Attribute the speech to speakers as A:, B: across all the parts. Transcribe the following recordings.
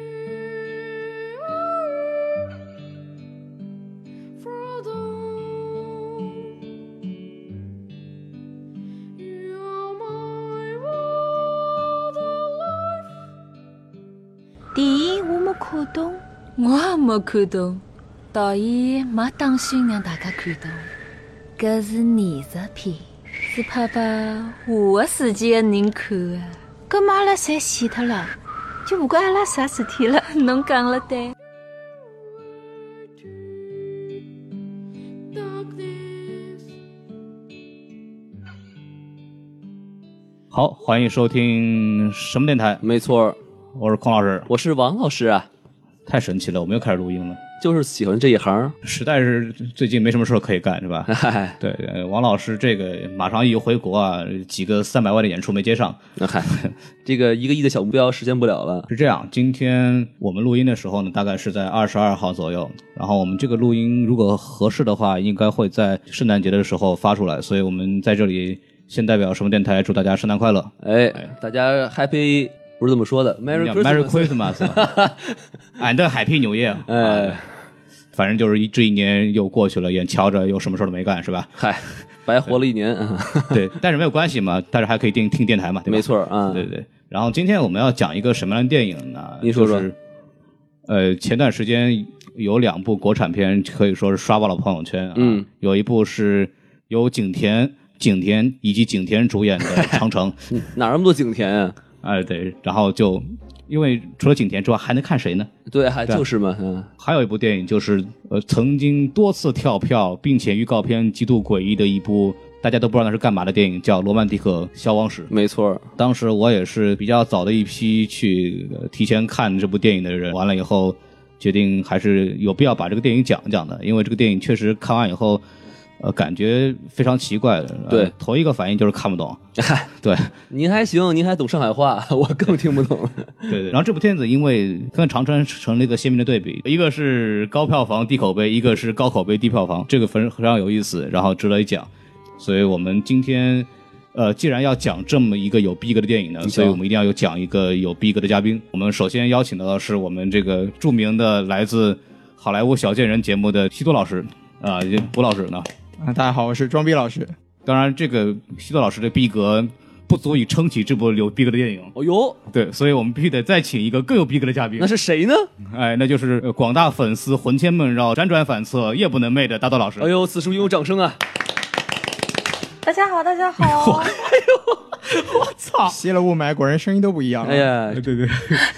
A: We are freedom. You are my world,
B: 第一，我没看懂。
C: 我也没看懂，导演没打算让大家看懂，
B: 搿是艺术片，
C: 是怕把我的世界的人看啊。
B: 搿么阿拉侪死脱了，就勿管阿拉啥事体了。
C: 侬讲了对，
A: darkness.
D: 好，欢迎收听什么电台？
E: 没错，
D: 我是孔老师。
E: 我是王老师啊，
D: 太神奇了，我们又开始录音了，
E: 就是喜欢这一行。？
D: 实在是最近没什么事儿可以干，是吧
E: 嗨，
D: 对，呃王老师这个马上一回国啊，几个三百万的演出没接上。
E: 嗨，这个一个亿的小目标实现不了了。
D: 是这样，今天我们录音的时候呢，大概是在二十二号左右。然后我们这个录音如果合适的话，应该会在圣诞节的时候发出来。所以我们在这里先代表什么电台祝大家圣诞快乐
E: 哎，大家 Happy 不是这么说的，Merry
D: Merry 啊
E: Christmas。
D: Christmas，and Happy New Year。
E: 哎，？
D: 反正就是一这一年又过去了，眼瞧着又什么事儿都没干，是吧
E: 嗨，白活了一年 啊。
D: 对，但是没有关系嘛，但是还可以听听电台嘛，对吧？
E: 没，错啊，
D: 对对。然后今天我们要讲一个什么样的电影呢？
E: 您说说
D: 就是呃，前段时间有两部国产片可以说是刷爆了朋友圈、啊，
E: 嗯，
D: 有一部是由景甜、景甜以及景甜主演的 《长城》，
E: 哪儿那么多景甜啊？
D: 哎对，然后就因为除了景甜之外还能看谁呢？
E: 对，还
D: 对啊
E: 就是嘛，嗯，
D: 还有一部电影就是呃曾经多次跳票，并且预告片极度诡异的一部。大家都不知道那是干嘛的电影，叫《罗曼蒂克消亡史》。
E: 没错儿，
D: 当时我也是比较早的一批去、呃提前看这部电影的人，完了以后决定还是有必要把这个电影讲一讲的，因为这个电影确实看完以后，呃，感觉非常奇怪。呃
E: 对
D: 头一个反应就是看不懂。
E: 嗨，
D: 对，
E: 您还行，您还懂上海话， 我更听不 懂。
D: 对对。然后这部片子因为跟《长城》成了一个鲜明的对比，一个是高票房低口碑，一个是高口碑低票房，这个非常非常有意思，然后值得一讲。所以我们今天，呃，既然要讲这么一个有逼格的电影呢，
E: 讲
D: 所以我们一定要有讲一个有逼格的嘉宾。我们首先邀请到的是我们这个著名的来自好莱坞小贱人节目的西多老师啊，也吴老师呢。
F: 啊，大家好，我是装逼老师。
D: 当然，这个西多老师的逼格不足以撑起这部有逼格的电影。
E: 哦呦，
D: 对，所以我们必须得再请一个更有逼格的嘉宾。
E: 那是谁呢？
D: 哎，那就是呃广大粉丝魂牵梦绕、辗转反侧、夜不能寐的大豆老师。
E: 哎呦，此处应有掌声啊！
B: 大家好，大家好，
F: 吸了雾霾，果然声音都不一样了。
E: 哎呀，
D: 对对，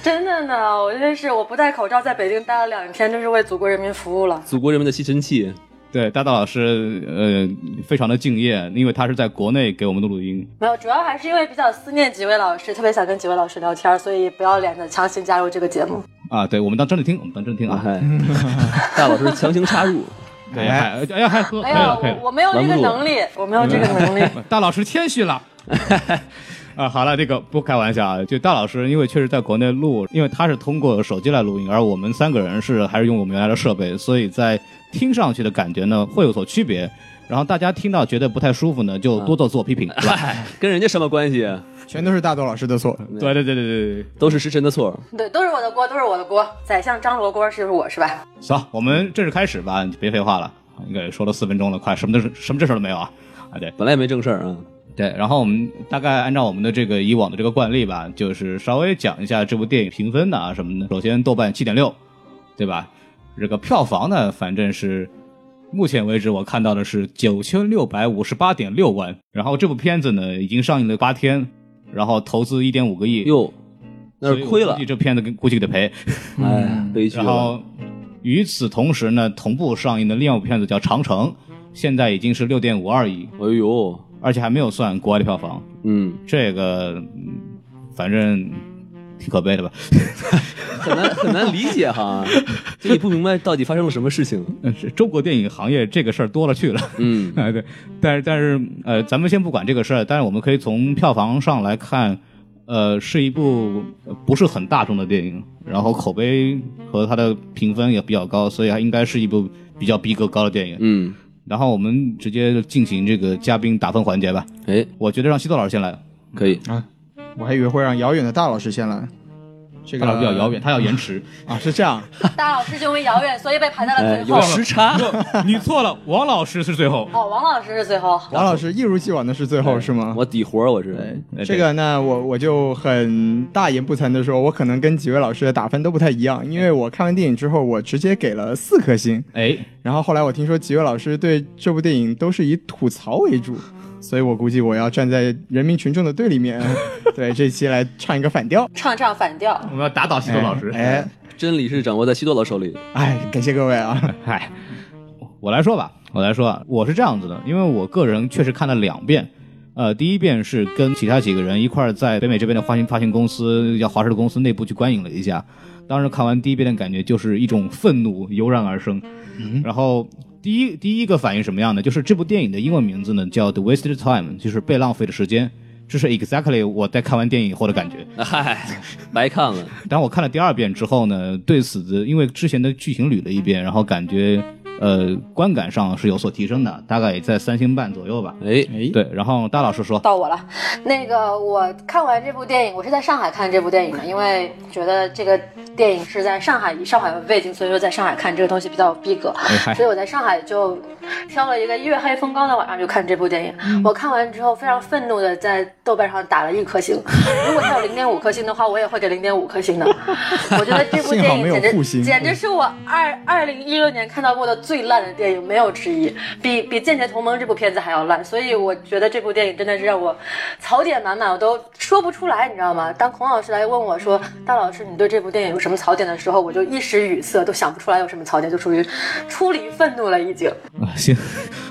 G: 真的呢，我真是我不戴口罩，在北京待了两天，真是为祖国人民服务了。
E: 祖国人民的吸尘器，
D: 对，大豆老师呃非常的敬业，因为他是在国内给我们录录音。
G: 没有，主要还是因为比较思念几位老师，特别想跟几位老师聊天，所以不要脸的强行加入这个节目。
D: 啊，对，我们当真的听，我们当真的听啊。
E: 哎，大老师强行插入，
D: 对，还哎呀还喝，
G: 哎
D: 还有
G: 呀，
D: 还有
G: 我我没有这个能力，我没有这个能力。
D: 大老师谦虚了。啊，好了，这个不开玩笑啊，就大老师，因为确实在国内录，因为他是通过手机来录音，而我们三个人是还是用我们原来的设备，所以在听上去的感觉呢会有所区别。然后大家听到觉得不太舒服呢，就多做自我批评，对吧？
E: 跟人家什么关系？啊
F: 全都是大豆老师的错。
D: 对对对对对 对。
E: 都是时辰的错。
G: 对，都是我的锅，都是我的锅。宰相张罗锅就是我是吧？
D: 行，我们正式开始吧，你别废话了，应该说了四分钟了，快什么都什么这事儿都没有啊。啊，对
E: 本来也没正事儿啊，
D: 对，然后我们大概按照我们的这个以往的这个惯例吧，就是稍微讲一下这部电影评分啊什么的。首先，豆瓣七点六，对吧？这个票房呢，反正是目前为止我看到的是九千六百五十八点六万。然后这部片子呢，已经上映了八天，然后投资一点五个亿，
E: 哟，那是亏了
D: 所以我估计这片子跟估计得赔。
E: 哎，悲剧
D: 嗯然
E: 了。
D: 后与此同时呢，同步上映的另外一部片子叫《长城》，现在已经是六点五二亿，
E: 哎呦，
D: 而且还没有算国外的票房。
E: 嗯，
D: 这个嗯反正挺可悲的吧？
E: 很难很难理解 哈，就你不明白到底发生了什么事情。
D: 嗯是中国电影行业这个事儿多了去了。
E: 嗯
D: 哎，对，但是但是呃，咱们先不管这个事儿，但是我们可以从票房上来看，呃，是一部呃不是很大众的电影，然后口碑和它的评分也比较高，所以它应该是一部比较逼格高的电影。
E: 嗯，
D: 然后我们直接进行这个嘉宾打分环节吧，
E: 哎，
D: 我觉得让西多老师先来，
E: 可以，
F: 我还以为会让遥远的大老师先来，这个
D: 大老师比较遥远，他要延迟。
F: 啊，是这样，
G: 大老师就因为遥远，所以被排在
E: 哎，
G: 了最
E: 有
G: 后。
E: 时差，
D: 你错了，王老师是最后。
G: 哦，王老师是最后。
F: 王老师一如既往的是最后是吗？
E: 我底活儿我
F: 对
E: 是。
D: 啊哎
F: 这个呢，我我就很大言不惭的说，我可能跟几位老师的打分都不太一样，因为我看完电影之后，我直接给了四颗星。
D: 哎，
F: 然后后来我听说几位老师对这部电影都是以吐槽为主，所以我估计我要站在人民群众的对立面，对这期来唱一个反调。
G: 唱唱反调，
D: 我们要打倒西多老师。
F: 哎
E: 真理是掌握在西多老手里。
F: 哎，感谢各位啊！
D: 嗨，哎我来说吧，我来说，啊，我是这样子的，因为我个人确实看了两遍。呃，第一遍是跟其他几个人一块儿在北美这边的发行发行公司，叫华视的公司内部去观影了一下。当时看完第一遍的感觉就是一种愤怒油然而生。然后第一第一个反应什么样呢？就是这部电影的英文名字呢叫《The Wasted Time》，就是被浪费的时间。这是 exactly 我在看完电影以后的感觉。
E: 哎嗨，白看了。
D: 当我看了第二遍之后呢，对此的因为之前的剧情捋了一
E: 嗯
D: 遍，然后感觉呃观感上是有所提升的，大概也在三星半左右吧。
E: 哎，
F: 哎，
D: 对，然后大老师说，
G: 到我了。那个，我看完这部电影，我是在上海看这部电影的，因为觉得这个电影是在上海以上海为背景，所以说在上海看这个东西比较有逼格。
D: 哎嗨
G: 所以我在上海就挑了一个月黑风高的晚上就看这部电影。我看完之后非常愤怒的在豆瓣上打了一颗星，如果它有零点五颗星的话，我也会给零点五颗星的。我 觉得这部
F: 幸
G: 电
F: 好
G: 影
F: 没有
G: 简
F: 负嗯
G: 直
F: 星
G: 简直是我二二零一六年看到过的最烂的电影，没有之一，比比《间谍同盟》这部片子还要烂。所以我觉得这部电影真的是让我槽点满满，我都说不出来，你知道吗？当孔老师来问我说：“大老师，你对这部电影有什么槽点的时候”，我就一时语塞，都想不出来有什么槽点，就属于出离愤怒了已经。
D: 啊 行，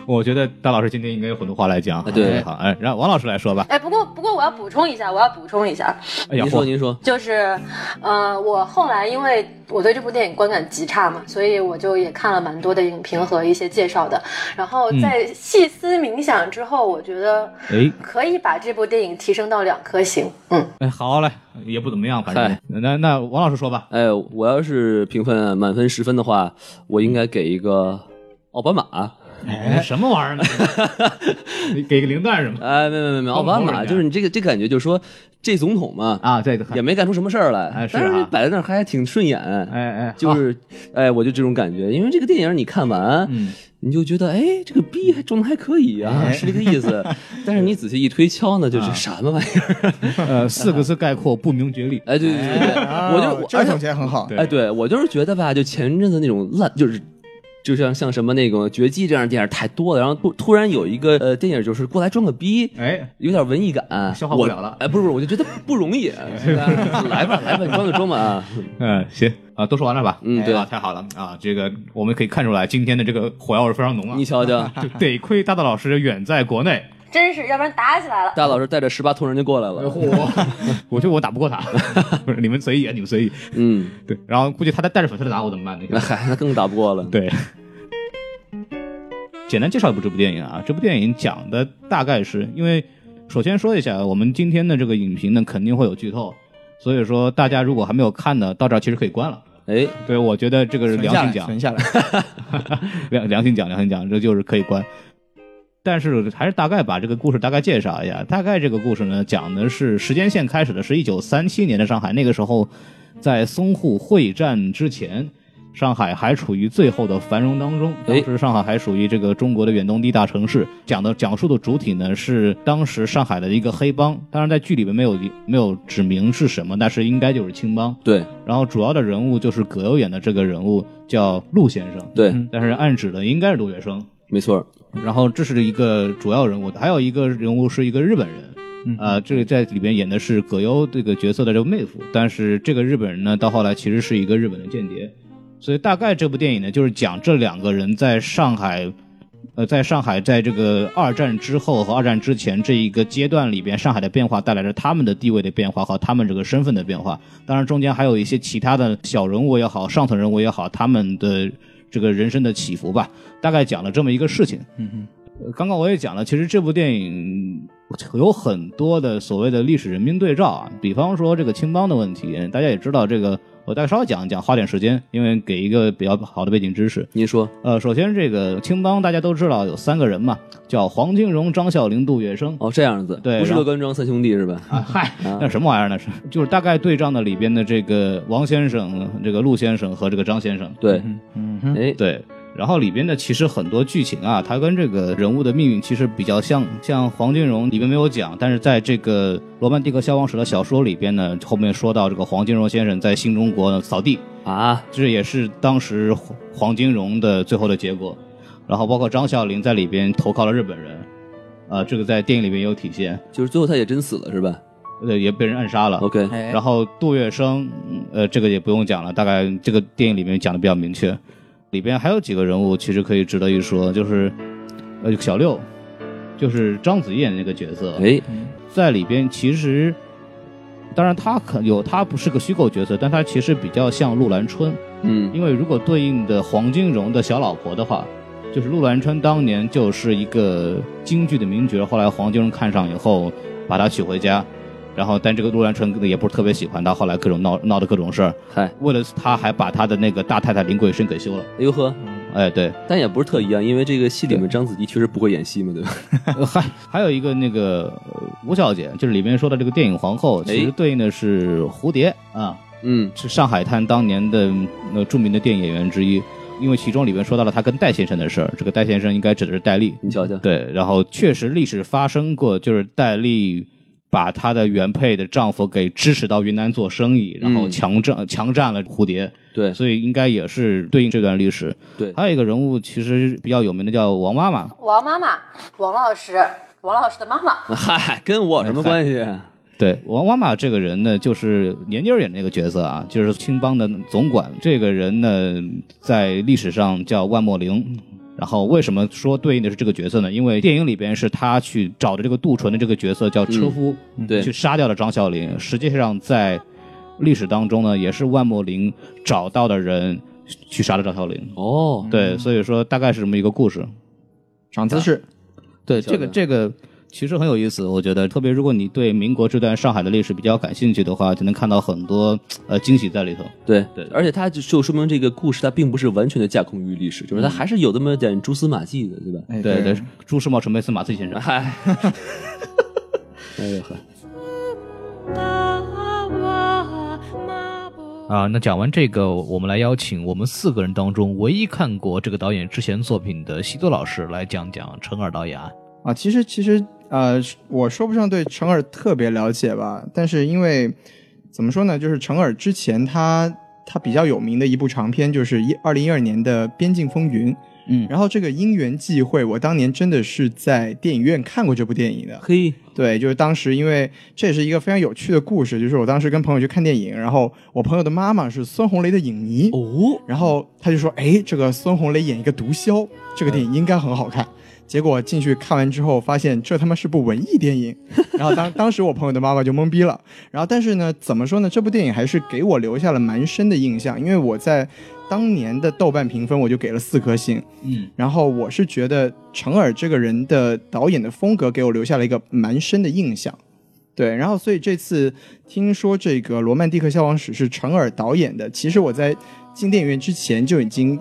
D: 我觉得大老师今天应该有很多话来讲。
E: 啊对
D: 好，哎，让王老师来说吧。
G: 哎，不过不过我要补充一下，我要补充一下，
D: 哎呀，
E: 您说
D: 嚯
E: 您说，
G: 就是，呃，我后来因为我对这部电影观感极差嘛，所以我就也看了蛮多的影评和一些介绍的。然后在细思冥想之后，我觉得
D: 哎
G: 可以把这部电影提升到两颗星。嗯，
D: 哎，好嘞，也不怎么样，反正
E: 嗨
D: 那那王老师说吧。
E: 哎，我要是评分满分十分的话，我应该给一个奥巴马。
D: 哎，什么玩意儿呢？ 你给个零蛋是吗？
E: 哎，没没没没，奥巴马就是你这个这感觉，就是说这总统嘛，
D: 啊，这个
E: 也没干出什么事儿来，
D: 哎是
E: 但
D: 啊
E: 是摆在那儿还挺顺眼。
D: 哎哎，
E: 就
D: 好
E: 是，哎，我就这种感觉，因为这个电影你看完，
D: 嗯哎
E: 你就觉得，哎，这个逼还装的还可以啊，是这个意 思。但是你仔细一推敲呢，
D: 啊
E: 就是什么玩意儿？
D: 呃，四个字概括，不明觉厉。
E: 哎，对对对对对，
F: 啊
E: 我就我
F: 这
E: 而
F: 个
E: 且
F: 总结很好。
D: 对
E: 哎，对我就是觉得吧，就前阵子那种烂，就是就像像什么那种《绝技》这样的电影太多了，然后突突然有一个呃电影就是过来装个逼。
D: 哎，
E: 有点文艺感，
D: 消化不
E: 我
D: 了了
E: 哎，不是不是，我就觉得不容 易。是吧来吧来吧，装就装吧啊。
D: 嗯，行啊，都说完了吧？
E: 嗯对
D: 啊，太好了啊！这个我们可以看出来，今天的这个火药味非常浓啊
E: 你。瞧瞧，
D: 就得亏大大老师远在国内，
G: 真是，要不然打起来了。
E: 大老师带着十八铜人就过来
D: 哎
E: 了。
D: 我我觉得我打不过他，不是你们随意啊，你们随意。
E: 嗯，
D: 对，然后估计他再带着粉丝来打我怎么办呢？
E: 那 嗨，那更打不过了。
D: 对。简单介绍一部这部电影啊，这部电影讲的大概是因为，首先说一下，我们今天的这个影评呢肯定会有剧透，所以说大家如果还没有看呢，到这儿其实可以关了。
E: 哎，
D: 对，我觉得这个是
F: 存
D: 良
F: 下
D: 心
F: 来，
D: 讲，
F: 存下来。
D: 良良心讲，良心讲，这就是可以关。但是还是大概把这个故事大概介绍一下。大概这个故事呢，讲的是时间线开始的是一九三七年的上海，那个时候在淞沪会战之前，上海还处于最后的繁荣当中。
E: 哎
D: 当时上海还属于这个中国的远东第一大城市。讲的讲述的主体呢是当时上海的一个黑帮，当然在剧里面没有没有指明是什么，但是应该就是青帮。
E: 对
D: 然后主要的人物就是葛优演的这个人物叫陆先生。
E: 对，
D: 但是暗指的应该是留学生。
E: 没错儿。
D: 然后这是一个主要人物，还有一个人物是一个日本人，
F: 嗯
D: 呃，这个在里边演的是葛优这个角色的这个妹夫，但是这个日本人呢，到后来其实是一个日本的间谍，所以大概这部电影呢，就是讲这两个人在上海，呃，在上海在这个二战之后和二战之前这一个阶段里边，上海的变化带来着他们的地位的变化和他们这个身份的变化。当然，中间还有一些其他的小人物也好，上层人物也好，他们的这个人生的起伏吧。大概讲了这么一个事情。
F: 嗯哼，
D: 呃刚刚我也讲了，其实这部电影有很多的所谓的历史人民对照啊，比方说这个青帮的问题，大家也知道这个。我大概稍微讲一讲，花点时间，因为给一个比较好的背景知识。
E: 您说
D: 呃，首先这个青帮大家都知道有三个人嘛，叫黄金荣、张啸林、杜月笙。
E: 哦这样子，
D: 对
E: 不是
D: 然后
E: 乐观庄三兄弟是吧？
D: 啊，嗨，那什么玩意儿那是？就是大概对仗的里边的这个王先生、这个陆先生和这个张先生。
E: 对，
F: 嗯哼，
E: 哎，
D: 对，然后里边的其实很多剧情啊，它跟这个人物的命运其实比较像。像黄金荣里边没有讲，但是在这个《罗曼蒂克消亡史》的小说里边呢，后面说到这个黄金荣先生在新中国呢扫地，
E: 啊，
D: 这也是当时黄黄金荣的最后的结果。然后包括张啸林在里边投靠了日本人，呃，这个在电影里边也有体现，
E: 就是最后他也真死了是吧
D: 呃，也被人暗杀了。
E: ？OK，
F: 哎
D: 然后杜月笙，嗯呃，这个也不用讲了，大概这个电影里面讲的比较明确。里边还有几个人物其实可以值得一说，就是呃小六，就是章子怡演的那个角色，
E: 哎，
D: 在里边其实，当然他可有他不是个虚构角色，但他其实比较像陆兰春，
E: 嗯，
D: 因为如果对应的黄金荣的小老婆的话，就是陆兰春当年就是一个京剧的名角，后来黄金荣看上以后把她娶回家，然后但这个陆兰春也不是特别喜欢她，后来各种闹 闹的各种事儿，
E: 嗨，哎
D: 为了她还把她的那个大太太林桂生给休了。
E: 呦呵，
F: 嗯
D: 哎，对，
E: 但也不是特一样，因为这个戏里面章子怡确实不会演戏嘛，对吧？
D: 呃还还有一个那个呃吴小姐，就是里面说的这个电影皇后，其实
E: 哎
D: 对应的是蝴蝶啊。
E: 嗯，
D: 是上海滩当年的呃著名的电影演员之一，因为其中里面说到了他跟戴先生的事儿，这个戴先生应该指的是戴笠，
E: 你瞧瞧，
D: 对，然后确实历史发生过，就是戴笠把她的原配的丈夫给支持到云南做生意，然后
E: 嗯
D: 强占、强占了蝴蝶，
E: 对
D: 所以应该也是对应这段历史。
E: 对
D: 还有一个人物其实比较有名的叫王妈妈，
G: 王妈妈，王老师，王老师的妈妈，
E: 嗨，跟我有什么关系？
D: 对，王妈妈这个人呢，就是闫妮儿演那个角色啊，就是青帮的总管。这个人呢，在历史上叫万莫玲。然后为什么说对应的是这个角色呢？因为电影里边是他去找的这个杜淳的这个角色叫车夫，
E: 对
D: 去杀掉了张啸林。实际上在历史当中呢，也是万莫玲找到的人去杀了张啸林。
E: 哦，
D: 对，所以说大概是这么一个故事。
F: 长姿
D: 啊
F: 势，
D: 对，这个这个其实很有意思，我觉得，特别如果你对民国这段上海的历史比较感兴趣的话，就能看到很多呃惊喜在里头。
E: 对
D: 对
E: 而且它就就说明这个故事它并不是完全的架空于历史，
F: 嗯
E: 就是它还是有那么点蛛丝马迹的，对吧？
F: 哎
D: 对对，朱时茂、陈佩斯、马自先生。
E: 嗨，哎呦呵，
H: 啊，那讲完这个，我们来邀请我们四个人当中唯一看过这个导演之前作品的西多老师来讲讲陈耳导演啊。
F: 啊，其实其实呃，我说不上对成尔特别了解吧，但是因为怎么说呢，就是成尔之前他他比较有名的一部长片就是一二零一二年的《边境风云》，
D: 嗯
F: 然后这个因缘际会，我当年真的是在电影院看过这部电影的，
E: 嘿，
F: 对，就是当时因为这也是一个非常有趣的故事，就是我当时跟朋友去看电影，然后我朋友的妈妈是孙红雷的影迷，
E: 哦，
F: 然后他就说：“哎，这个孙红雷演一个毒枭，这个电影应该很好看。”结果进去看完之后，发现这他妈是部文艺电影。然后当当时我朋友的妈妈就懵逼了。然后但是呢，怎么说呢？这部电影还是给我留下了蛮深的印象，因为我在当年的豆瓣评分我就给了四颗星。
D: 嗯，
F: 然后我是觉得程耳这个人的导演的风格给我留下了一个蛮深的印象。对，然后所以这次听说这个《罗曼蒂克消亡史》是程耳导演的，其实我在进电影院之前就已经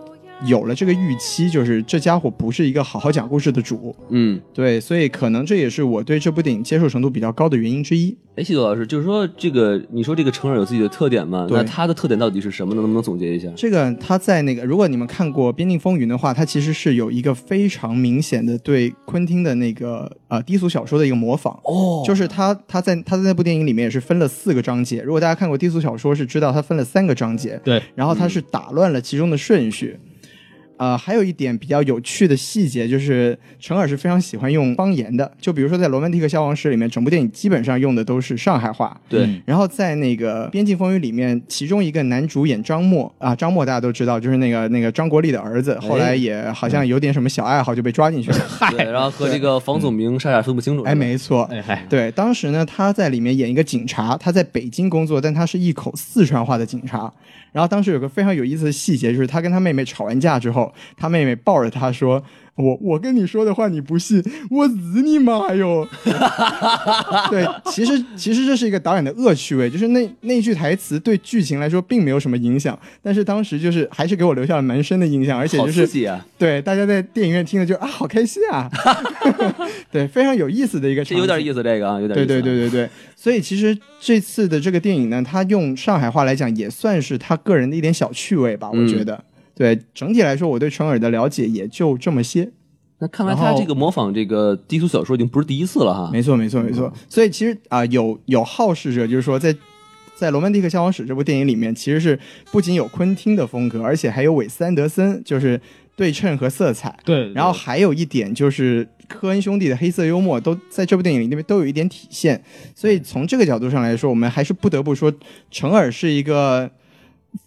F: 有了这个预期，就是这家伙不是一个好好讲故事的主。
E: 嗯，
F: 对，所以可能这也是我对这部电影接受程度比较高的原因之一。
E: 哎，西多老师，就是说这个，你说这个成耳有自己的特点嘛？
F: 对
E: 那它的特点到底是什么呢？能不能总结一下？
F: 这个他在那个，如果你们看过《边境风云》的话，它其实是有一个非常明显的对昆汀的那个呃低俗小说的一个模仿。
E: 哦
F: 就是他他在他在那部电影里面也是分了四个章节。如果大家看过低俗小说，是知道他分了三个章节，
D: 对，
F: 然后他是打乱了其中的顺序。呃，还有一点比较有趣的细节就是，陈耳是非常喜欢用方言的。就比如说在《罗曼蒂克消亡史》里面，整部电影基本上用的都是上海话。
E: 对
D: 嗯
F: 然后在那个《边境风云》里面，其中一个男主演张默啊，张默大家都知道，就是那个那个张国立的儿子，后来也好像有点什么小爱好就被抓进去了。
E: 对，然后和这个房祖名啥啥分不清楚。
F: 哎，没错，
D: 哎
E: 嗯
D: 嗨，
F: 对，当时呢，他在里面演一个警察，他在北京工作，但他是一口四川话的警察。然后当时有个非常有意思的细节，就是他跟他妹妹吵完架之后，他妹妹抱着他说：“我我跟你说的话你不信，我日你妈 哟！”对，其实其实这是一个导演的恶趣味，就是那那句台词对剧情来说并没有什么影响，但是当时就是还是给我留下了蛮深的印象，而且
E: 好
F: 就
E: 刺
F: 是
E: 激啊！
F: 对大家在电影院听了就啊好开心 啊，对，非常有意思的一个
E: 这
F: 场景，
E: 有点意思，这个啊，有点意
F: 对
E: 思。
F: 对对
E: 对，
F: 对对，所以其实这次的这个电影呢，它用上海话来讲，也算是他个人的一点小趣味吧，
E: 嗯
F: 我觉得。对，整体来说，我对陈耳的了解也就这么些。
E: 那看来
F: 然
E: 他
F: 后
E: 这个模仿这个低俗小说已经不是第一次了哈。
F: 没错，没错，没错。所以其实啊、有有好事者就是说在。在《罗曼蒂克消亡史》这部电影里面，其实是不仅有昆汀的风格，而且还有韦斯安德森，就是对称和色彩。
D: 对，
F: 然后还有一点就是科恩兄弟的黑色幽默都在这部电影里面都有一点体现，所以从这个角度上来说，我们还是不得不说陈耳是一个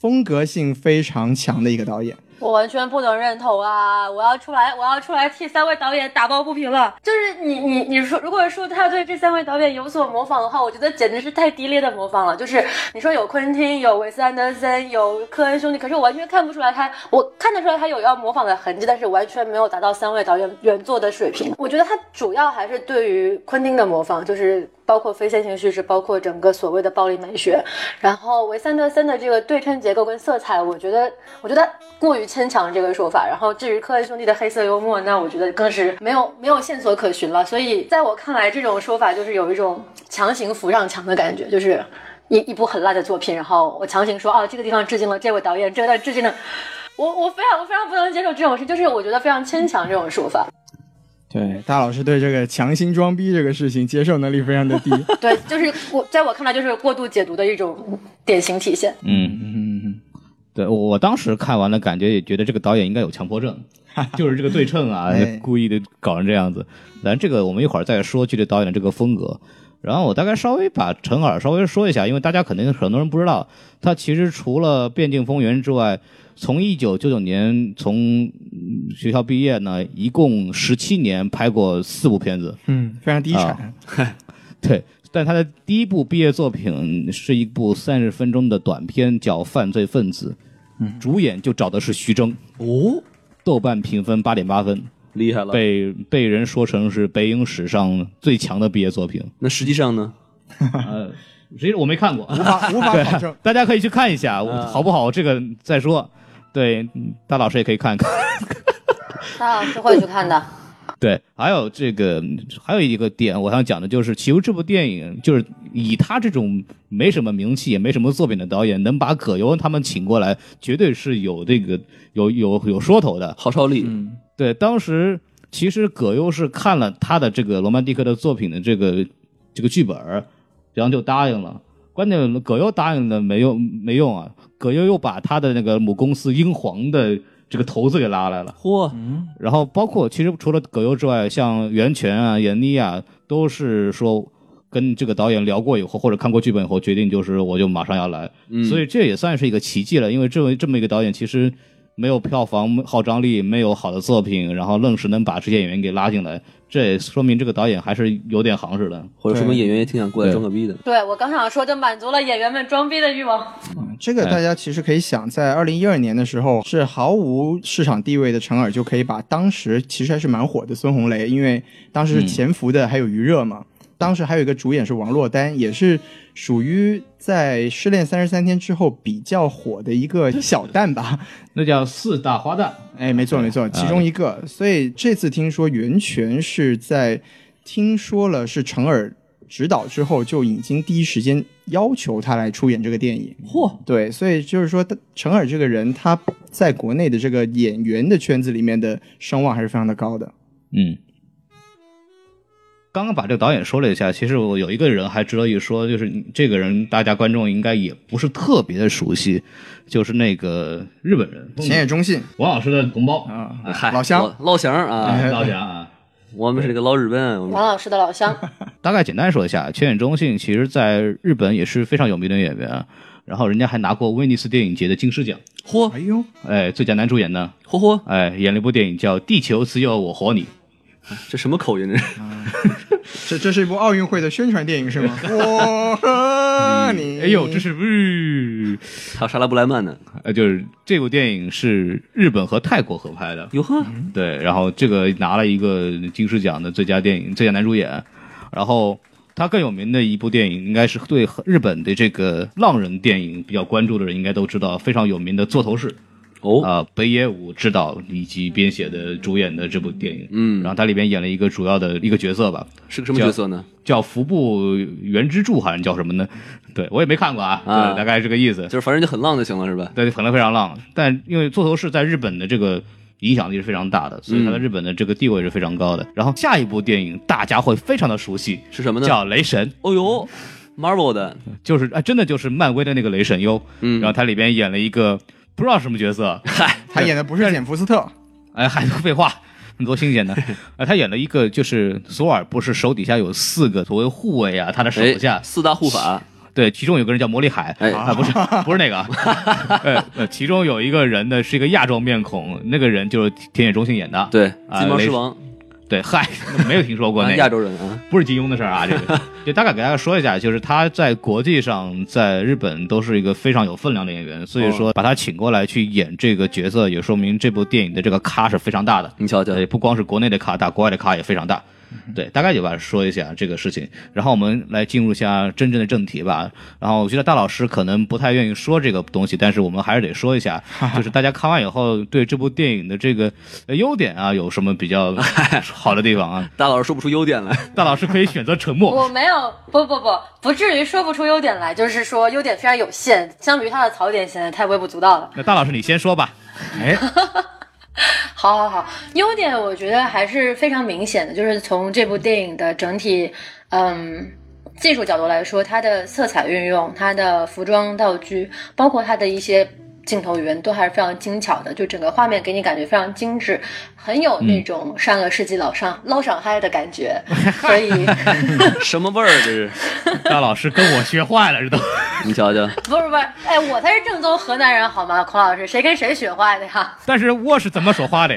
F: 风格性非常强的一个导演。
G: 我完全不能认同啊！我要出来，我要出来替三位导演打抱不平了。就是你你你说，如果说他对这三位导演有所模仿的话，我觉得简直是太低劣的模仿了。就是你说有昆汀，有韦斯安德森，有科恩兄弟，可是我完全看不出来他，我看得出来他有要模仿的痕迹，但是完全没有达到三位导演原作的水平。我觉得他主要还是对于昆汀的模仿，就是包括非线性叙事，包括整个所谓的暴力美学，然后维森特森的这个对称结构跟色彩，我觉得我觉得过于牵强这个说法。然后至于科恩兄弟的黑色幽默，那我觉得更是没有没有线索可循了。所以在我看来，这种说法就是有一种强行扶上墙的感觉，就是一一部很烂的作品，然后我强行说啊这个地方致敬了这位导演，这个地方致敬了。我我非常我非常不能接受这种事，就是我觉得非常牵强这种说法。
F: 对，大老师对这个强行装逼这个事情接受能力非常的低。
G: 对，就是我在我看来就是过度解读的一种典型体现。
H: 嗯，
D: 嗯，对我我当时看完了，感觉也觉得这个导演应该有强迫症， 就是这个对称啊
F: 哎，
D: 故意的搞成这样子。咱这个我们一会儿再说具体导演的这个风格。然后我大概稍微把陈耳稍微说一下，因为大家肯定很多人不知道，他其实除了《变境风云》之外，从一九九九年从嗯学校毕业呢，一共十七年拍过四部片子。
F: 嗯，非常低产。
D: 啊对，但他的第一部毕业作品是一部三十分钟的短片，叫《犯罪分子》，
F: 嗯
D: 主演就找的是徐峥。
E: 哦，
D: 豆瓣评分八点八分，
E: 厉害了。
D: 被被人说成是北影史上最强的毕业作 品。
E: 那实际上呢？
D: 呃，其实我没看过，，
F: 无法啊无法考 证嗯
D: 大家可以去看一下，我好不好？这个再说。对，嗯大老师也可以看看。
G: 大老师会去看的。
D: 对，还有这个，还有一个点我想讲的就是，其实这部电影就是以他这种没什么名气也没什么作品的导演，能把葛优他们请过来，绝对是有这个有有有说头的。
E: 号召
D: 嗯
E: 力，
D: 对，当时其实葛优是看了他的这个罗曼蒂克的作品的这个这个剧本儿，然后就答应了。关键葛优答应了没用没用啊，葛优又把他的那个母公司英皇的这个头子给拉来了。
E: 嚯，
D: 然后包括其实除了葛优之外，像袁泉啊、闫妮啊，都是说跟这个导演聊过以后，或者看过剧本以后，决定就是我就马上要来。
E: 嗯
D: 所以这也算是一个奇迹了，因为这么这么一个导演，其实没有票房号召力，没有好的作品，然后愣是能把这些演员给拉进来，这也说明这个导演还是有点行市的。
E: 或者说明演员也挺想过来
D: 对
E: 装个逼的。
G: 对我刚想说，就满足了演员们装逼的欲望。
F: 这个大家其实可以想，在二零一二年的时候，是毫无市场地位的陈耳就可以把当时其实还是蛮火的孙红雷，因为当时是潜伏的还有余热嘛，当时还有一个主演是王珞丹，也是属于在《失恋三十三天》之后比较火的一个小旦吧。
D: 那叫四大花旦，
F: 哎，没错没错，其中一个。所以这次听说袁泉是在听说了是陈耳指导之后，就已经第一时间要求他来出演这个电影。嚯、对，所以就是说他陈耳这个人，他在国内的这个演员的圈子里面的声望还是非常的高的。
D: 嗯。刚刚把这个导演说了一下，其实我有一个人还值得一说，就是你这个人大家观众应该也不是特别的熟悉，就是那个日本人
F: 浅野忠信
D: 王老师的同胞
F: 啊，
E: 嗨，
F: 老乡
E: 我捞翔啊，
D: 老蒋啊。
E: 我们是这个捞日本，我们
G: 王老师的老乡，
D: 大概简单说一下，千野忠信其实在日本也是非常有名的演员，然后人家还拿过威尼斯电影节的金狮奖，
E: 嚯
F: 哎呦，
D: 哎，最佳男主演呢，
E: 嚯嚯，
D: 哎，演了一部电影叫《地球只有我和你》，
E: 这什么口音？这是
F: 这这是一部奥运会的宣传电影是吗？我和你，
D: 哎呦，这是呜，
E: 还有莎拉布莱曼呢？
D: 呃，就是这部电影是日本和泰国合拍的，
E: 哟呵，
D: 对，然后这个拿了一个金狮奖的最佳电影、最佳男主演，然后他更有名的一部电影，应该是对日本的这个浪人电影比较关注的人应该都知道，非常有名的《座头市》
E: 哦，
D: 啊、北野武执导以及编写的主演的这部电影，
E: 嗯
D: 然，后他里边演了一个主要的一个角色吧，
E: 是个什么角色呢？
D: 叫服部原之助，好像叫什么呢？对我也没看过啊，
E: 啊
D: 对大概是这个意思
E: 就。是反正就很浪就行了，是吧？
D: 对，可能非常浪，但因为座头市在日本的这个影响力是非常大的，所以它在
E: 嗯
D: 日本的这个地位是非常高的。然后下一部电影大家会非常的熟悉，
E: 是什么呢？
D: 叫《雷神
E: 哦呦，Marvel 的，》，
D: 就是啊，真的就是漫威的那个雷神哟。
E: 嗯，
D: 然后它里边演了一个不知道什么角色，
E: 嗨，
F: 他演的不是简福斯特，
D: 哎，还多废话。很多新 鲜的，啊，他演了一个就是索尔，不是手底下有四个所谓护卫啊，他的手
E: 哎
D: 下，啊
E: 四大护法，
D: 对，其中有个人叫魔力海，
E: 哎
D: 啊，不是不是那个啊，呃呃，其中有一个人呢是一个亚洲面孔，那个人就是田野忠信演的，
E: 对，
D: 啊
E: 金毛
D: 雷
E: 狮王，
D: 对，嗨，没有听说过
E: 啊
D: 那
E: 亚
D: 个，
E: 洲人啊，
D: 不是金庸的事儿啊，这 个就大概给大家说一下，就是他在国际上，在日本都是一个非常有分量的演员，
E: 哦
D: 所以说把他请过来去演这个角色，也说明这部电影的这个咖是非常大的。
E: 你瞧瞧，
D: 对，呃嗯不光是国内的咖大，国外的咖也非常大。对，大概就吧，说一下这个事情，然后我们来进入一下真正的正题吧。然后我觉得大老师可能不太愿意说这个东西，但是我们还是得说一 下，就是大家看完以后对这部电影的这个呃优点啊，有什么比 较好的地方啊？
E: 大老师说不出优点 来，
D: 大老师可以选择沉默。
G: 我没有，不不不，不至于说不出优点来，就是说优点非常有限，相比于他的槽点显得太微不足道了。
D: 那大老师你先说吧。哎，
G: 好好好，优点我觉得还是非常明显的，就是从这部电影的整体，嗯。技术角度来说，它的色彩运用、它的服装道具，包括它的一些镜头语言，都还是非常精巧的。就整个画面给你感觉非常精致，很有那种上个世纪老上捞上嗨的感 觉。所以，
E: 什么味儿这是？
D: 大老师跟我学坏了，这都。
E: 你瞧瞧，
G: 不是不是，哎，我才是正宗河南人好吗？孔老师，谁跟谁学坏的呀？
D: 但是我是怎么说话的？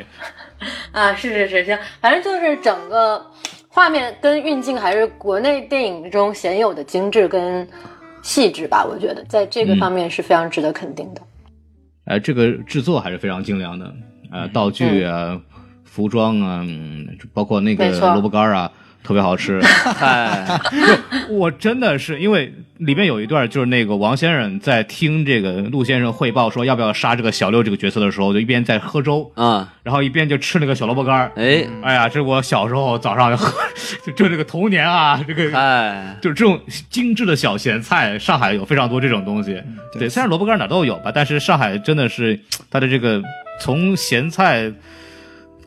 G: 啊，是是是，行，反正就是整个画面跟运镜还是国内电影中鲜有的精致跟细致吧，我觉得在这
D: 嗯
G: 个方面是非常值得肯定的。
D: 呃，这个制作还是非常精良的，呃，道
G: 嗯
D: 具啊、服装啊，嗯包括那个
G: 没错
D: 萝卜干儿啊，特别好 吃。
E: 嗨，
D: 我真的是因为里面有一段就是那个王先生在听这个陆先生汇报说要不要杀这个小六这个角色的时候，就一边在喝粥，
E: 啊，
D: 然后一边就吃那个小萝卜干儿。
E: 哎，
D: 哎呀，这我小时候早上就喝， 就就这个童年啊，这个
E: 嗨，
D: 就是这种精致的小咸菜，上海有非常多这种东西。
F: 对
D: 对，虽然萝卜干儿哪儿都有吧，但是上海真的是它的这个从咸菜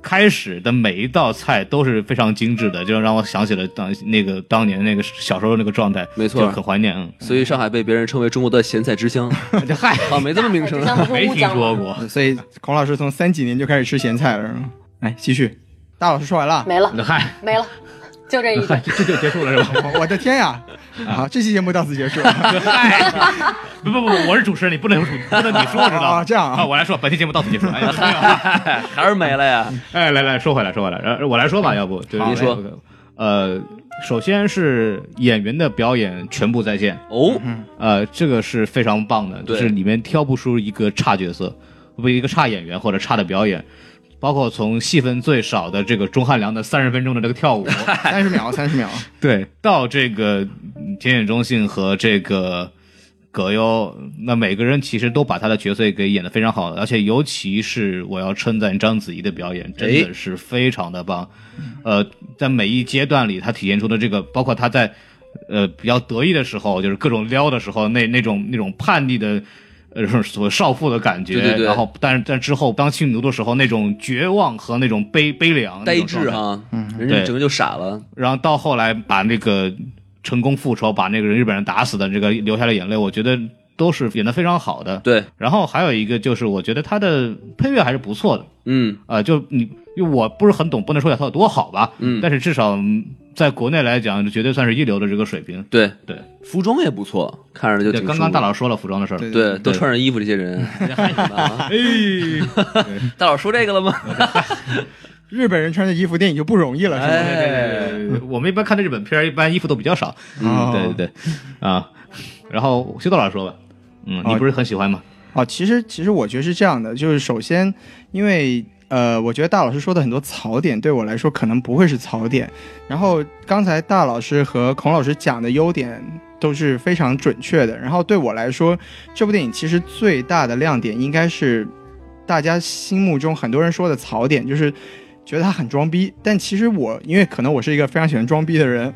D: 开始的每一道菜都是非常精致的，就让我想起了当那个当年那个小时候那个状态，
E: 没错
D: 就很怀 念。嗯，
E: 所以上海被别人称为中国的咸菜之 乡
D: 这嗨，
E: 啊，没这么名声
G: 就。像
D: 没
G: 乌
D: 听
G: 江
D: 说
G: 吗？
D: 过。
F: 所以孔老师从三几年就开始吃咸菜了，是吗？哎，继续，大老师说完了，
G: 没了，
D: 嗨，
G: 没了，就这一
D: 嗨
G: 点。
D: 这这就结束了是 吧？
F: 我我的天呀！啊，这期节目到此结束。啊
D: 嗨，不不不，我是主持人，你不能不能你说知道
F: 啊
D: 吗？
F: 这样啊
D: 啊，我来说，本期节目到此结束。哎 呀，没有啊
E: 嗨， 还是没了呀！
D: 哎，来来，说回来，说回来，呃，我来说吧，要不对
E: 嗯好
D: 您
E: 嘞说。
D: 呃，首先是演员的表演全部在线，
E: 哦，
D: 呃，这个是非常棒的，就
E: 对
D: 是里面挑不出一个差角色，不一个差演员或者差的表演。包括从戏份最少的这个钟汉良的三十分钟的这个跳舞，
F: 三十秒，三 十秒，
D: 对，到这个嗯田野忠信和这个葛优，那每个人其实都把他的角色给演得非常好，而且尤其是我要称赞章子怡的表演，真的是非常的棒。呃，在每一阶段里，他体现出的这个，包括他在呃比较得意的时候，就是各种撩的时候，那那种那种叛逆的。呃，所谓少妇的感觉，
E: 对对对
D: 然后，但是但之后当性奴的时候，那种绝望和那种悲悲凉，那
E: 呆
D: 种状
E: 滞
D: 态
E: 哈，人家
D: 对
E: 整个就傻了。
D: 然后到后来把那个成功复仇，把那个日本人打死的这个流下的眼泪，我觉得都是演得非常好的。
E: 对，
D: 然后还有一个就是，我觉得他的配乐还是不错的，
E: 嗯，
D: 啊，就你，因为我不是很懂，不能说它有多好吧，
E: 嗯
D: 但是至少嗯在国内来讲，绝对算是一流的这个水平。
E: 对
D: 对，
E: 服装也不错，看着就
D: 对，
E: 挺
D: 刚
E: 舒
D: 刚
E: 服
D: 大佬说了服装的事儿，
F: 对
E: 对都
D: 对
E: 穿着衣服这些 人，啊
D: 哎，
E: 大佬说这个了吗？
F: 日本人穿着衣服电影就不容易了，是吗？
E: 哎，
D: 我们一般看的日本片儿，一般衣服都比较少，
F: 哦
D: 嗯对对对，啊，然后修道老师说吧，嗯，你
F: 哦
D: 不是很喜欢吗？
F: 哦，其实其实我觉得是这样的，就是首先，因为呃，我觉得大老师说的很多槽点对我来说可能不会是槽点，然后刚才大老师和孔老师讲的优点都是非常准确的，然后对我来说，这部电影其实最大的亮点应该是大家心目中很多人说的槽点，就是。觉得他很装逼，但其实我因为可能我是一个非常喜欢装逼的人，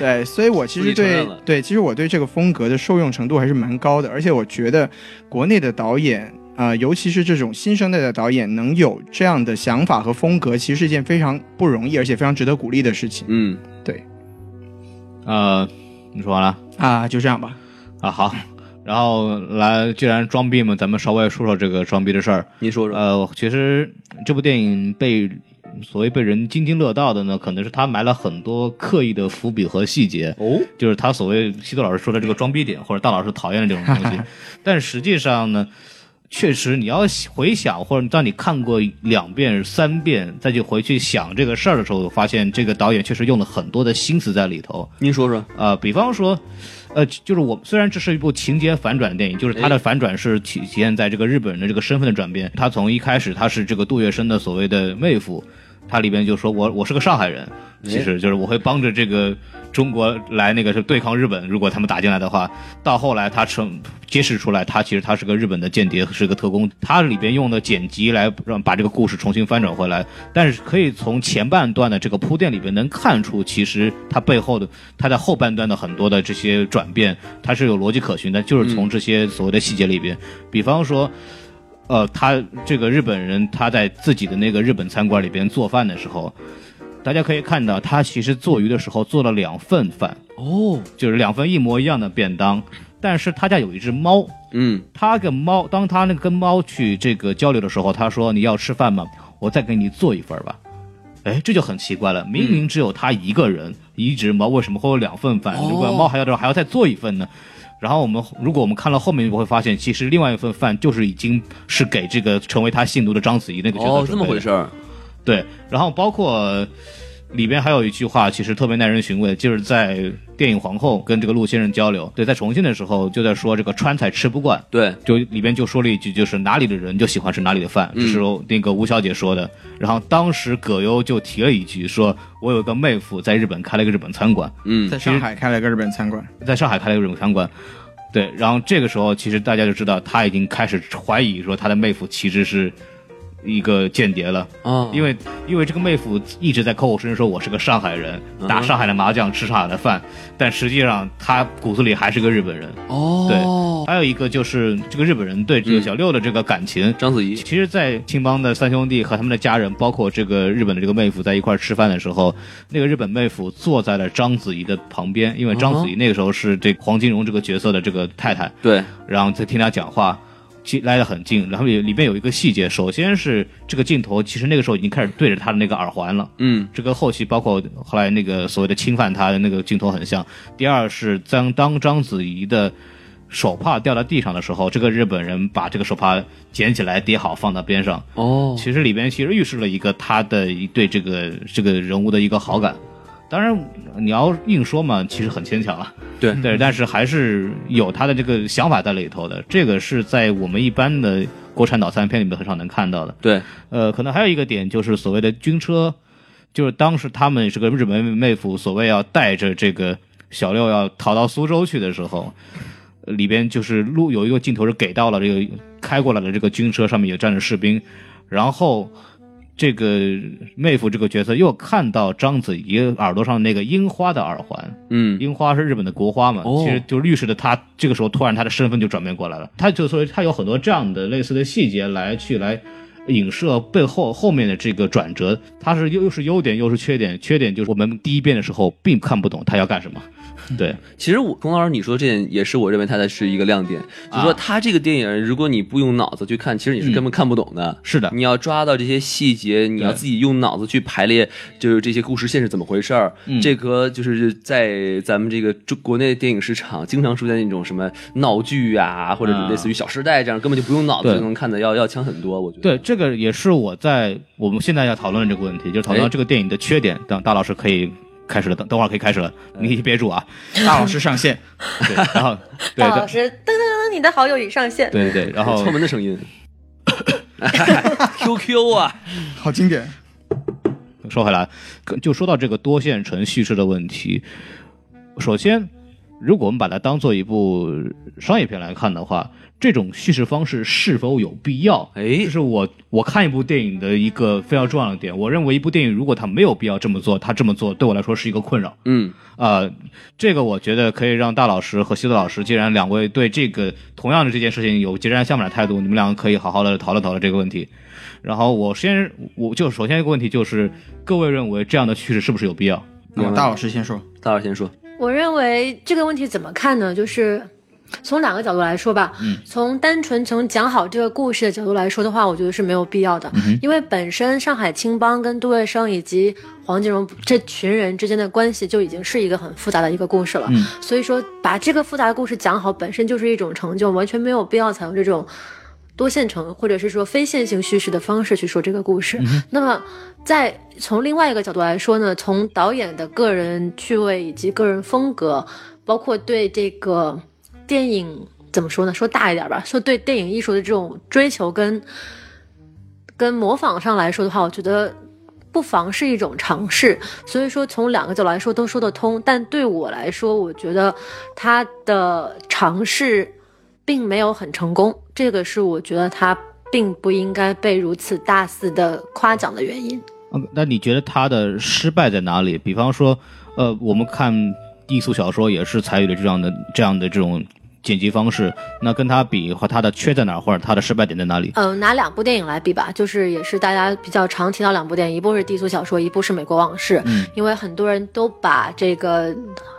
F: 对，所以我其
E: 自
F: 实
E: 己承认
F: 对
E: 了
F: 对，其实我对这个风格的受用程度还是蛮高的，而且我觉得国内的导演啊、呃尤其是这种新生代的导演，能有这样的想法和风格，其实是一件非常不容易，而且非常值得鼓励的事情
E: 嗯，
D: 呃，你说完了
F: 啊！就这样吧，
D: 啊，好，然后来，既然装逼嘛，咱们稍微说说这个装逼的事儿。
E: 您说说，
D: 呃，其实这部电影被所谓被人津津乐道的呢，可能是他埋了很多刻意的伏笔和细节。
E: 哦，
D: 就是他所谓西多老师说的这个装逼点，或者大老师讨厌的这种 东西。但实际上呢，确实你要回想，或者当你看过两遍、三遍，再去回去想这个事儿的时候，发现这个导演确实用了很多的心思在里头。
E: 您说说，
D: 呃，比方说，呃，就是我虽然这是一部情节反转的电影，就是它的反转是体体现在这个日本人的这个身份的转变。他从一开始他是这个杜月笙的所谓的妹夫，他里边就说我我是个上海人，其实就是我会帮着这个中国来那个是对抗日本，如果他们打进来的话。到后来他成揭示出来，他其实他是个日本的间谍，是个特工。他里边用的剪辑来让把这个故事重新翻转回来，但是可以从前半段的这个铺垫里边能看出，其实它背后的它在后半段的很多的这些转变，它是有逻辑可循的，就是从这些所谓的细节里边，比方说。呃，他这个日本人他在自己的那个日本餐馆里边做饭的时候，大家可以看到，他其实做鱼的时候做了两份饭，
E: 哦，
D: 就是两份一模一样的便当，但是他家有一只猫，
E: 嗯，
D: 他跟猫，当他那个跟猫去这个交流的时候，他说你要吃饭吗？我再给你做一份吧。哎，这就很奇怪了，明明只有他一个人，一只猫为什么会有两份饭？
E: 哦
D: 如果猫还要的话，还要再做一份呢？然后我们如果我们看到后面，我会发现，其实另外一份饭就是已经是给这个成为他信徒的章子怡那个角色
E: 哦，这
D: 准备
E: 么
D: 的
E: 回事儿，
D: 对，然后包括呃里边还有一句话，其实特别耐人寻味，就是在电影皇后跟这个陆先生交流，对，在重庆的时候就在说这个川菜吃不惯，
E: 对，
D: 就里边就说了一句，就是哪里的人就喜欢吃哪里的
F: 嗯
D: 饭，这是那个吴小姐说的。然后当时葛优就提了一句说，我有个妹夫在日本开了一个日本餐馆，
E: 嗯
F: 在上海开了个日本餐馆，
D: 在上海开了一个日本餐馆。对，然后这个时候其实大家就知道他已经开始怀疑说他的妹夫其实是一个间谍了。
E: 啊，
F: 哦
D: 因为因为这个妹夫一直在口口声声说我是个上海人，
F: 嗯
D: 打上海的麻将，吃上海的饭，但实际上他骨子里还是个日本人。
E: 哦，
D: 还有一个就是这个日本人对
F: 嗯
D: 这个小六的这个感情。
E: 章子怡，
D: 其实，在青帮的三兄弟和他们的家人，包括这个日本的这个妹夫，在一块儿吃饭的时候，那个日本妹夫坐在了章子怡的旁边，因为章子怡那个时候是这黄金荣这个角色的这个太太。
E: 对，
D: 然后在听他讲话，其来得很近。然后里里面有一个细节，首先是这个镜头，其实那个时候已经开始对着他的那个耳环了。
E: 嗯，
D: 这个后期包括后来那个所谓的侵犯他的那个镜头很像。第二是当当章子怡的手帕掉到地上的时候，这个日本人把这个手帕捡起来叠好放到边上。
E: 哦，
D: 其实里边其实预示了一个他的一对这个这个人物的一个好感。当然，你要硬说嘛，其实很牵强啊。
E: 对
D: 对，但是还是有他的这个想法在里头的。这个是在我们一般的国产脑残片里面很少能看到的。
E: 对，
D: 呃，可能还有一个点就是所谓的军车，就是当时他们这个日本妹夫所谓要带着这个小六要逃到苏州去的时候，呃里边就是路有一个镜头是给到了这个开过来的这个军车上面也站着士兵，然后。这个妹夫这个角色又看到章子怡耳朵上那个樱花的耳环，
E: 嗯，
D: 樱花是日本的国花嘛，
E: 哦
D: 其实就预示着他这个时候突然他的身份就转变过来了，他就所以他有很多这样的类似的细节来去来影射背后后面的这个转折，它是又又是优点又是缺点，缺点就是我们第一遍的时候并看不懂他要 干什么，对，
E: 其实我，冯老师你说这点也是我认为它的是一个亮点，
D: 啊
E: 就说它这个电影，如果你不用脑子去看，其实你是根本看不懂的。
D: 是的，
E: 你要抓到这些细节，你要自己用脑子去排列，就是这些故事线是怎么回事儿。
D: 嗯
E: 这和就是在咱们这个中国内电影市场经常出现那种什么闹剧啊，或者
D: 啊
E: 类似于《小时代》这样，根本就不用脑子
D: 对
E: 就能看的，要要强很多。我觉得
D: 对，，这个也是我在我们现在要讨论的这个问题，就是讨论到
E: 哎
D: 这个电影的缺点。等大老师可以开始了，等等会儿可以开始了，你可以憋住啊，
E: 嗯
D: 大老师上线。 对，然后 对
G: 大老师，噔噔噔，你的好友已上线。
D: 对对对，然后
E: 敲门的声 音，QQ 啊，
F: 好经典。
D: 说回来，可就说到这个多线程叙事的问题。首先，如果我们把它当做一部商业片来看的话，这种叙事方式是否有必要？
E: 哎
D: 这是我我看一部电影的一个非常重要的点。我认为一部电影如果它没有必要这么做，它这么做对我来说是一个困扰。
E: 嗯，
D: 呃，这个我觉得可以让大老师和西多老师，既然两位对这个同样的这件事情有截然相反的态度，你们两个可以好好的讨论讨论这个问题。然后我先，我就首先一个问题就是，各位认为这样的趋势是不是有必要？
F: 那大老师先说，
E: 大老师先说，
G: 我认为这个问题怎么看呢？就是从两个角度来说吧。嗯，从单纯从讲好这个故事的角度来说的话，我觉得是没有必要的，因为本身上海青帮跟杜月笙以及黄金荣这群人之间的关系就已经是一个很复杂的一个故事了。
D: 嗯
G: 所以说把这个复杂的故事讲好，本身就是一种成就，完全没有必要采用这种。多线程或者是说非线性叙事的方式去说这个故事。那么，在从另外一个角度来说呢，从导演的个人趣味以及个人风格，包括对这个电影怎么说呢？说大一点吧，说对电影艺术的这种追求跟跟模仿上来说的话，我觉得不妨是一种尝试。所以说，从两个角度来说都说得通。但对我来说，我觉得他的尝试并没有很成功，这个是我觉得他并不应该被如此大肆的夸奖的原因。
D: 嗯，那你觉得它的失败在哪里？比方说，呃，我们看低俗小说也是采取了这样的这样的这种剪辑方式，那跟它比和它的缺在哪儿，或者它的失败点在哪里？
G: 嗯、拿两部电影来比吧，就是也是大家比较常提到两部电影，一部是低俗小说，一部是美国往事。
D: 嗯
G: 因为很多人都把这个《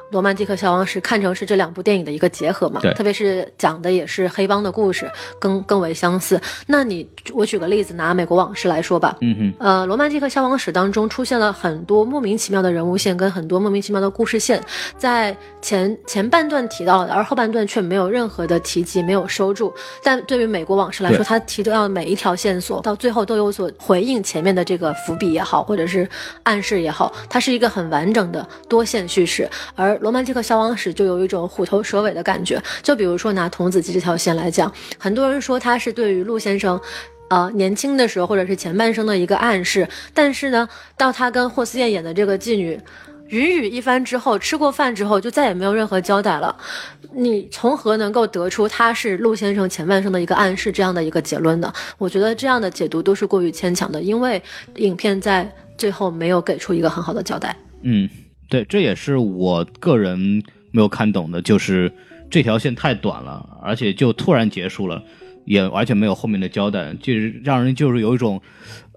G: 罗曼蒂克消亡史》看成是这两部电影的一个结合嘛
D: 对，
G: 特别是讲的也是黑帮的故事，更更为相似。那你我举个例子，拿美国往事来说吧，
D: 嗯哼，
G: 呃，《罗曼蒂克消亡史》当中出现了很多莫名其妙的人物线跟很多莫名其妙的故事线，在前前半段提到的，而后半段却没有任何的提及，没有收住。但对于美国往事来说，
D: 对
G: 他提到的每一条线索到最后都有所回应，前面的这个伏笔也好，或者是暗示也好，它是一个很完整的多线叙事。而《罗曼蒂克消亡史》就有一种虎头蛇尾的感觉。就比如说拿童子鸡这条线来讲，很多人说它是对于陆先生。呃，年轻的时候或者是前半生的一个暗示，但是呢，到他跟霍思燕演的这个妓女云雨一番之后，吃过饭之后，就再也没有任何交代了。你从何能够得出他是陆先生前半生的一个暗示这样的一个结论呢？我觉得这样的解读都是过于牵强的，因为影片在最后没有给出一个很好的交代。
D: 嗯，对，这也是我个人没有看懂的，就是这条线太短了，而且就突然结束了，也而且没有后面的交代，就是让人就是有一种，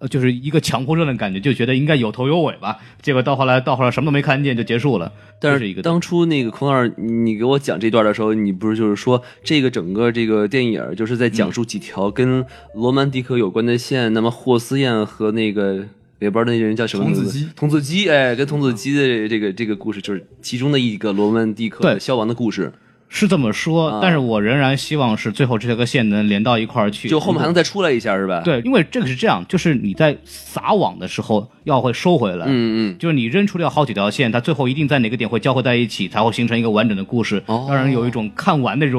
D: 呃，就是一个强迫症的感觉，就觉得应该有头有尾吧，结果到后来到后来什么都没看见就结束了，
E: 但
D: 这是一个
E: 当初那个孔老师，你给我讲这段的时候，你不是就是说这个整个这个电影儿就是在
D: 嗯
E: 讲述几条跟罗曼蒂克有关的线，那么霍思燕和那个。里边的那人叫什么名字？
F: 童子鸡
E: 童子鸡，哎，跟童子鸡的这个这个故事，就是其中的一个罗曼蒂克
D: 对
E: 消亡的故事，
D: 是这么说
E: 啊，
D: 但是我仍然希望是最后这个线能连到一块儿去，
E: 就后面还能再出来一下，是吧？，
D: 对，因为这个是这样，就是你在撒网的时候要会收回来，
E: 嗯嗯，
D: 就是你扔出掉好几条线，它最后一定在哪个点会交汇在一起，才会形成一个完整的故事，
E: 哦
D: 让人有一种看完的这种